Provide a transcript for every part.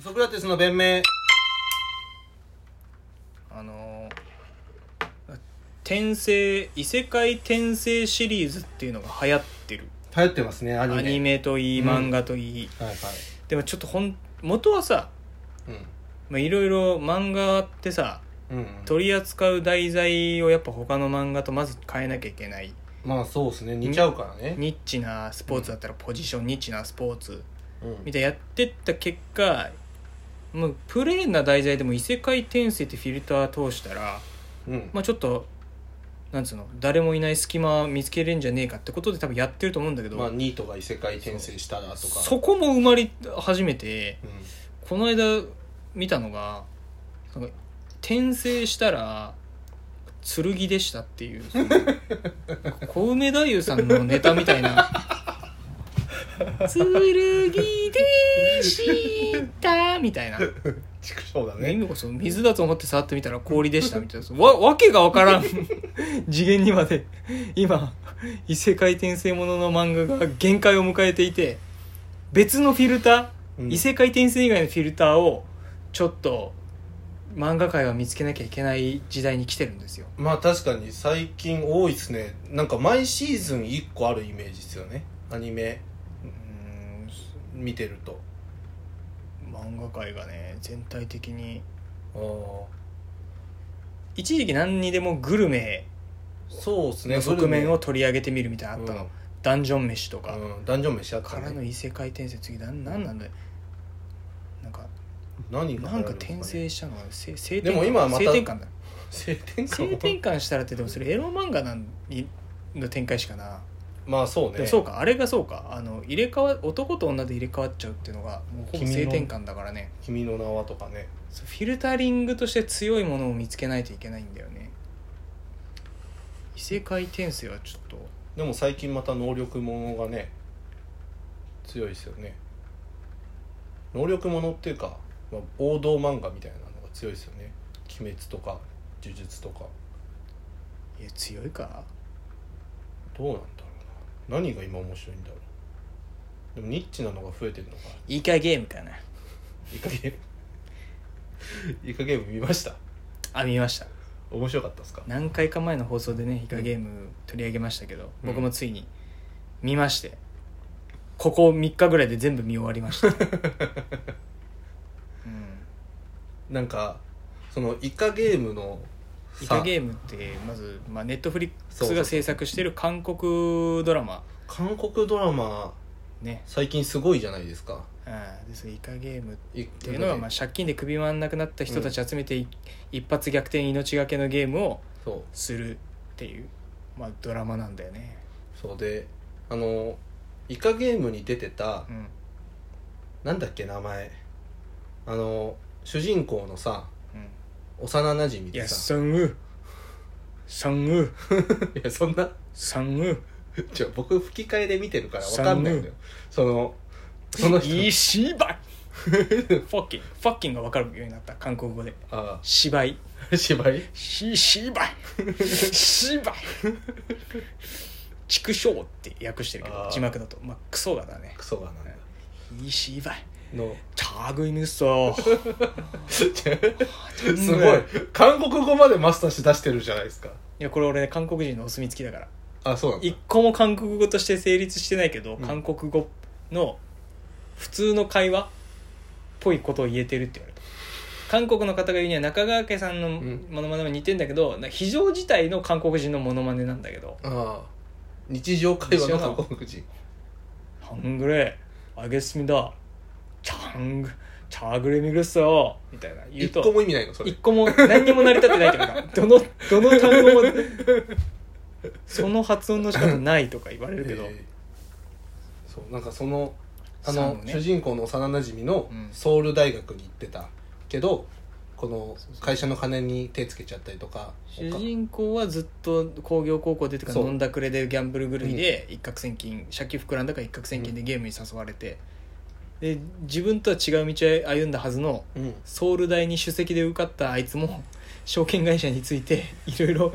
ソクラテスの弁明あのー転生異世界転生シリーズっていうのが流行ってる流行ってますねアアニメニメといいうん漫画といい、はいはいでもちょっとほん元はさまあいろいろ漫画ってさうん、うん、取り扱う題材をやっぱ他の漫画とまず変えなきゃいけないまあそうですね似ちゃうからねニッチなスポーツだったらポジション、ニッチなスポーツうんみたいなやってった結果もうプレーンな題材でも異世界転生ってフィルター通したら、うんまあ、ちょっとなんつうの誰もいない隙間見つけれんじゃねえかってことで多分やってると思うんだけど、まあニートが異世界転生したらとかそこも埋まり始めてうんこの間見たのがなんか転生したら剣でしたって いうその小梅太夫さんのネタみたい な「剣でした」みたいな畜生だね今こそ水だと思って触ってみたら氷でしたみたいなわわけがわからん 次元にまで今異世界転生ものの漫画が限界を迎えていて別のフィルター、うん異世界転生以外のフィルターをちょっと漫画界は見つけなきゃいけない時代に来てるんですよまあ確かに最近多いですねなんか毎シーズン1個あるイメージですよねアニメ見てると漫画界がね全体的にああ一時期何にでもグルメそうですねの側面を取り上げてみるみたいなのあったの、うんダンジョン飯とか、うん、ダンジョン飯やっかたらのね異世界転生次なんなんなんだよなんか何がなんか流行るですね転生したのがせ性でも今はまた性転換だ 性転性換転換したらってでもそれエロ漫画なんにの展開しかな、まあそうでもねそうかあれがそうかあの入れ替わ男と女で入れ替わっちゃうっていうのがもうほぼ性転換だからね君の名はとかねそうフィルタリングとして強いものを見つけないといけないんだよね異世界転生はちょっとでも最近また能力者がね強いですよね能力者っていうか、まあ、王道漫画みたいなのが強いですよね鬼滅とか呪術とかいや強いかどうなんだろうな何が今面白いんだろうでもニッチなのが増えてるのかいいかゲームかないいかゲーム いいかゲーム見ましたあ見ました面白かったですか何回か前の放送でねイカゲーム取り上げましたけど、僕もついに見ましてここ3日ぐらいで全部見終わりま した、うん、なんかそのイカゲームのイさカゲームってまず、まあ、ネットフリックそうそうスそうが制作してる韓国ドラマ韓国ドラマね、最近すごいじゃないですかうん、ですイカゲームっいっていうのが、まあ、借金で首回んなくなった人たち集めて、一発逆転命がけのゲームをそうするっていう、まあ、ドラマなんだよね、そうであのイカゲームに出てたうん、なんだっけ名前あの主人公のさうん幼なじみいやでさサンウサンウ いやそんなサンウじゃ僕吹き替えで見てるからわかんないのよそのその人いい芝 居フォッキンフォッキンが分かるようになった韓国語であ芝居あ芝居し芝居芝居畜生って訳してるけあどー字幕だとまあクソがだねクソがなんだいい芝居 の茶食い ぬそすごいすごい韓国語までマスターし出してるじゃないですかいやこれ俺ね韓国人のお墨付きだからあそうなんだ一個も韓国語として成立してないけど、ん韓国語の普通の会話っぽいことを言えてるって言われた韓国の方が言うには中川家さんのんモノマネも似てんだけど、な非常事態の韓国人のモノマネなんだけどああ日常会話の韓国人「ハングレーあげすみだチャングチャグレミグスよ」みたいな言う一と個も意味ないのそれ一個も何にも成り立ってないって ことかどのどの単語もその発音の仕方ないとか言われるけど、えーそうなんかそのあサの、ムね主人公の幼なじみのうんソウル大学に行ってたけどこの会社の金に手つけちゃったりとか主人公はずっと工業高校出てからそう飲んだくれでギャンブル狂いで一攫千金借金膨らんだから一攫千金でゲームに誘われてで自分とは違う道を歩んだはずのうん、ソウル大に首席で受かったあいつも 証券会社についていろいろ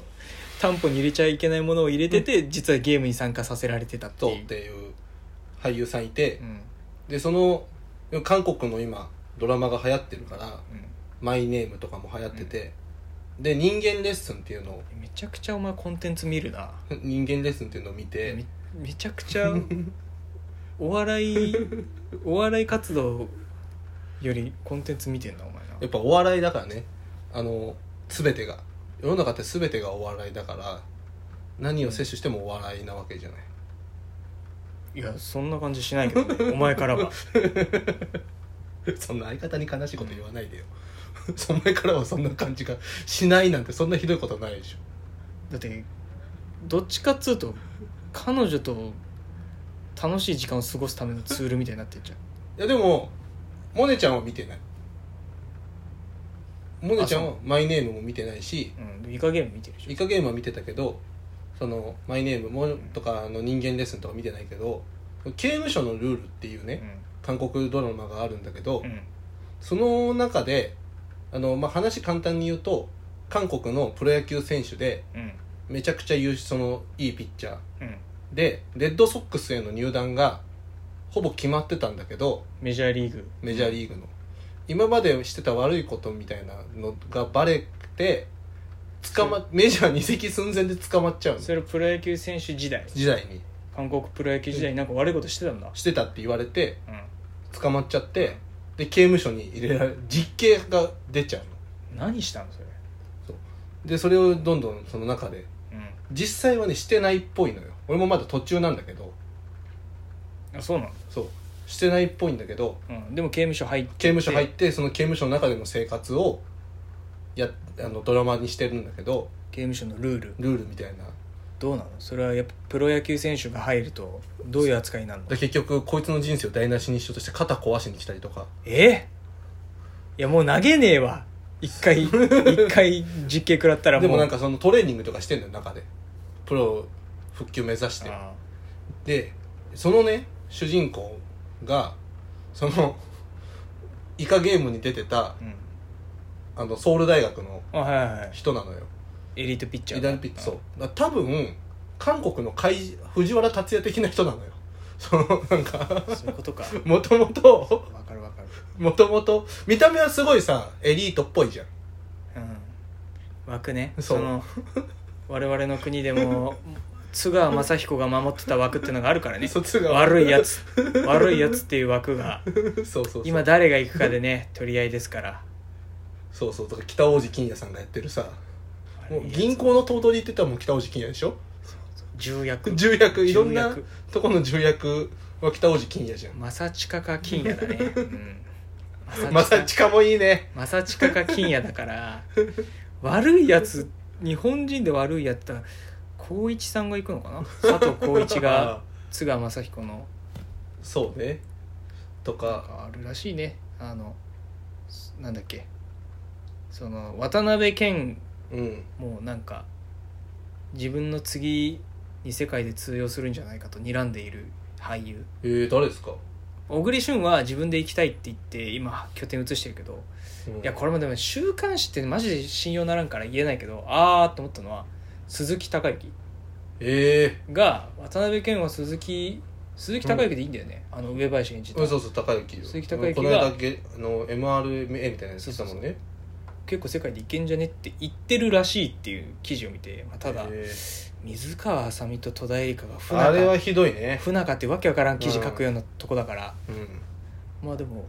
担保に入れちゃいけないものを入れてて実はゲームに参加させられてたってそういっうていう俳優さんいて、うんでその韓国の今ドラマが流行ってるからうん「マイネーム」とかも流行ってて、で人間レッスンっていうのをめちゃくちゃお前コンテンツ見るな人間レッスンっていうのを見てめめちゃく ちゃお笑いお笑い活動よりコンテンツ見てんなお前なやっぱお笑いだからねあの全てが世の中って全てがお笑いだから何を摂取してもお笑いなわけじゃない、いやそんな感じしないけど ねお前からは そんな相方に悲しいこと言わないでよ その前からはそんな感じがしないなんてそんなひどいことないでしょだってどっちかっつうと彼女と楽しい時間を過ごすためのツールみたいになってんじゃんいやでもモネちゃんは見てないモネちゃんは「マイネーム」も見てないしうん、イカゲーム見てるでイしカゲームは見てたけど「そのマイネームも」とかあの「人間レッスン」とか見てないけど刑務所のルールっていうょね韓国ドラマがあるんだけど、うんうんその中であの、まあ、話簡単に言うと韓国のプロ野球選手でうんめちゃくちゃ優秀そのいいピッチャーうんでレッドソックスへの入団がほぼ決まってたんだけどメジャーリーグメジャーリーグの今までしてた悪いことみたいなのがバレて捕、ま、メジャーに移籍寸前で捕まっちゃうのそれプロ野球選手時代時代に韓国プロ野球時代になんか悪いことしてたんだしてたって言われてうん捕まっちゃってで刑務所に入れられ実刑が出ちゃうの何したのそれでそれをどんどんその中でうん実際はねしてないっぽいのよ俺もまだ途中なんだけどあそうなのそうしてないっぽいんだけどうん、でも刑務所入って刑務所入ってその刑務所の中での生活をやあのドラマにしてるんだけど刑務所のルールルールみたいなどうなのそれはやっぱプロ野球選手が入るとどういう扱いになるので結局こいつの人生を台無しにしようとして肩壊しに来たりとかえいやもう投げねえわ一 回一回実刑食らったらもうでもなんかそのトレーニングとかしてんだよ中でプロ復旧目指してあでそのね主人公がそのイカゲームに出てたー、うん、あのソウル大学のあはいはいはい人なのよエリートピッチャーイダンピッチそうだから多分韓国の怪藤原竜也的な人なのよ そのなんか うんそういうことかもともとわかるわかるもともと見た目はすごいさエリートっぽいじゃんうん枠ねそそうの我々の国でも津川雅彦が守ってた枠っていうのがあるからね卒が悪いやつ悪いやつっていう枠がそう そうそう今誰が行くかでね取り合いですからそうそうとか北大路欣也さんがやってるさもう銀行の頭取って言ったらもう北大路欣也でしょ重役重役いろんな重役とこの重役は北大路欣也じゃんマサチカか金也だね、うん、まさちかもいいねマサチカか金也だから悪いやつ日本人で悪いやつだ光一さんが行くのかな佐藤光一が津川雅彦のそうねとなんかかあるらしいねあのすなんだっけその渡辺謙うんもなんか自分の次に世界で通用するんじゃないかと睨んでいる俳優えー、誰ですか、小栗旬は自分で行きたいって言って今拠点移してるけどうんいやこれもでも週刊誌ってマジで信用ならんから言えないけどあーって思ったのは鈴木孝之えが渡辺謙は鈴木鈴木孝之でいいんだよね、あの上林演じえたそうそう高之よ鈴木孝之がこの間げあの MRMA みたいなやつしたもんね結構世界でいけんじゃねって言ってるらしいっていう記事を見て、まあ、ただえー水川あさみと戸田恵梨香が不あれは仲ひどいね不仲ってわけわからん記事書くようなとこだから、うんまあでも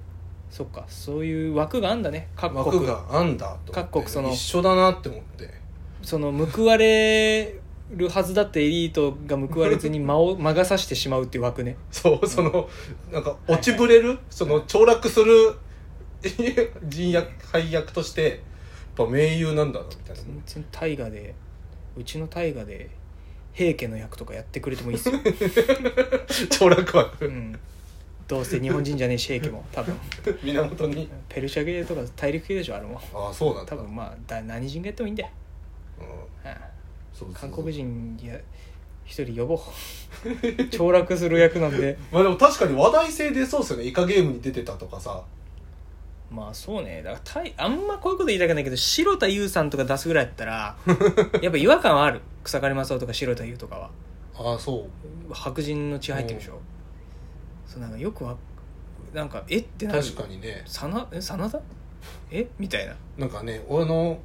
そっかそういう枠があんだね各枠国があんだと思って各国その一緒だなって思って その報われるはずだってエリートが報われずに間を 魔が差してしまうっていう枠ねそうそのなんか落ちぶれる、その凋落する 人役配役としてやっぱ名優なんだなみたいな全然大河でうちの大河で平家の役とかやってくれてもいいっす よ、凋落枠、 うん、どうせ日本人じゃねえし平家も多分源にペルシャ系とか大陸系でしょあれもああそうなんだ多分まあだ何人がやってもいいんだよ、うんうんそうそうそう韓国人いや一人呼ぼう 凋落する役なんでまあでも確かに話題性出そうですよねイカゲームに出てたとかさまあそうねだからタイあんまこういうこと言いたくないけど城田優さんとか出すぐらいやったら やっぱ違和感はある草刈正雄とか城田優とかはああそう白人の血入ってるでしょそうなんかよくわなんかえってなる確かにねさなえ真田えみたいななんかね俺の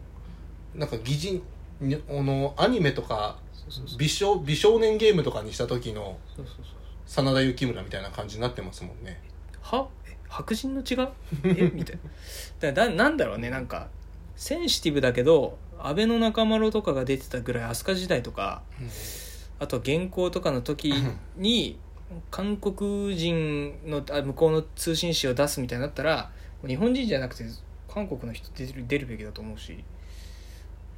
なんか擬人にあのアニメとかそうそうそう美少美少年ゲームとかにした時のそうそうそう真田幸村みたいな感じになってますもんねはえ白人の血がえみたいなだからだなんだろうねなんかセンシティブだけど安倍の中丸とかが出てたぐらい飛鳥時代とかあとは原稿とかの時に韓国人のあ向こうの通信誌を出すみたいになったら日本人じゃなくて韓国の人出る出るべきだと思うし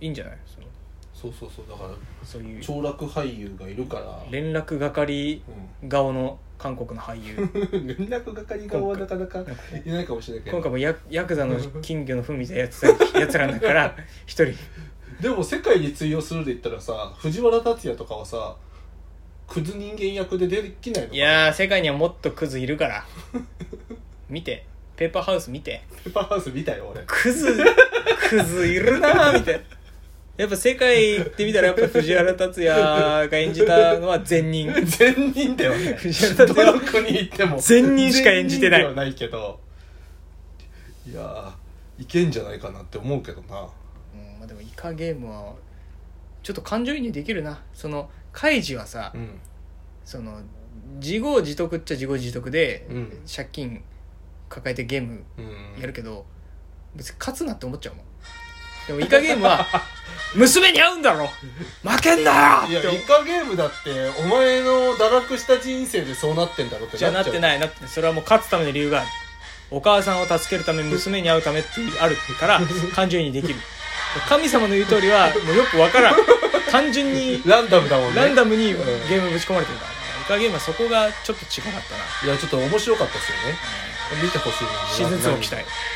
いいんじゃないそのそうそうそうだからそういう長楽俳優がいるから、連絡係顔の韓国の俳優 うん、連絡係側はなかなかいないかもしれないけ今ど回もヤヤクザの金魚の糞みたいなやつだやつらの中から一人でも世界に通用するで言ったらさ藤原竜也とかはさクズ人間役でできないのかないやー世界にはもっとクズいるから見てペーパーハウス見てペッパーハウス見たよ俺クズクズいるなーみたいなやっぱ世界行ってみたらやっぱ藤原竜也が演じたのは善人全人だよね藤原竜どの也国行っても善人しか演じてない善人ではないけどいやーいけんじゃないかなって思うけどなうんまあでもイカゲームはちょっと感情移入できるなそのカイジはさ、うんその自業自得っちゃ自業自得で、うん借金抱えてゲームうんやるけど、別に勝つなって思っちゃうもんでもイカゲームは娘に会うんだろ負けんなよいっやて思イうカゲームだってお前の堕落した人生でそうなってんだろってじゃあなっていないなってないそれはもう勝つための理由があるお母さんを助けるため娘に会うためってあるから感情移入できる神様の言う通りはもうよくわからん単純にランダムだもんねランダムにゲうんームぶち込まれてるから、ね、イカゲームはそこがちょっと違かったないやちょっと面白かったですよね見てほしいなシーズン2を期待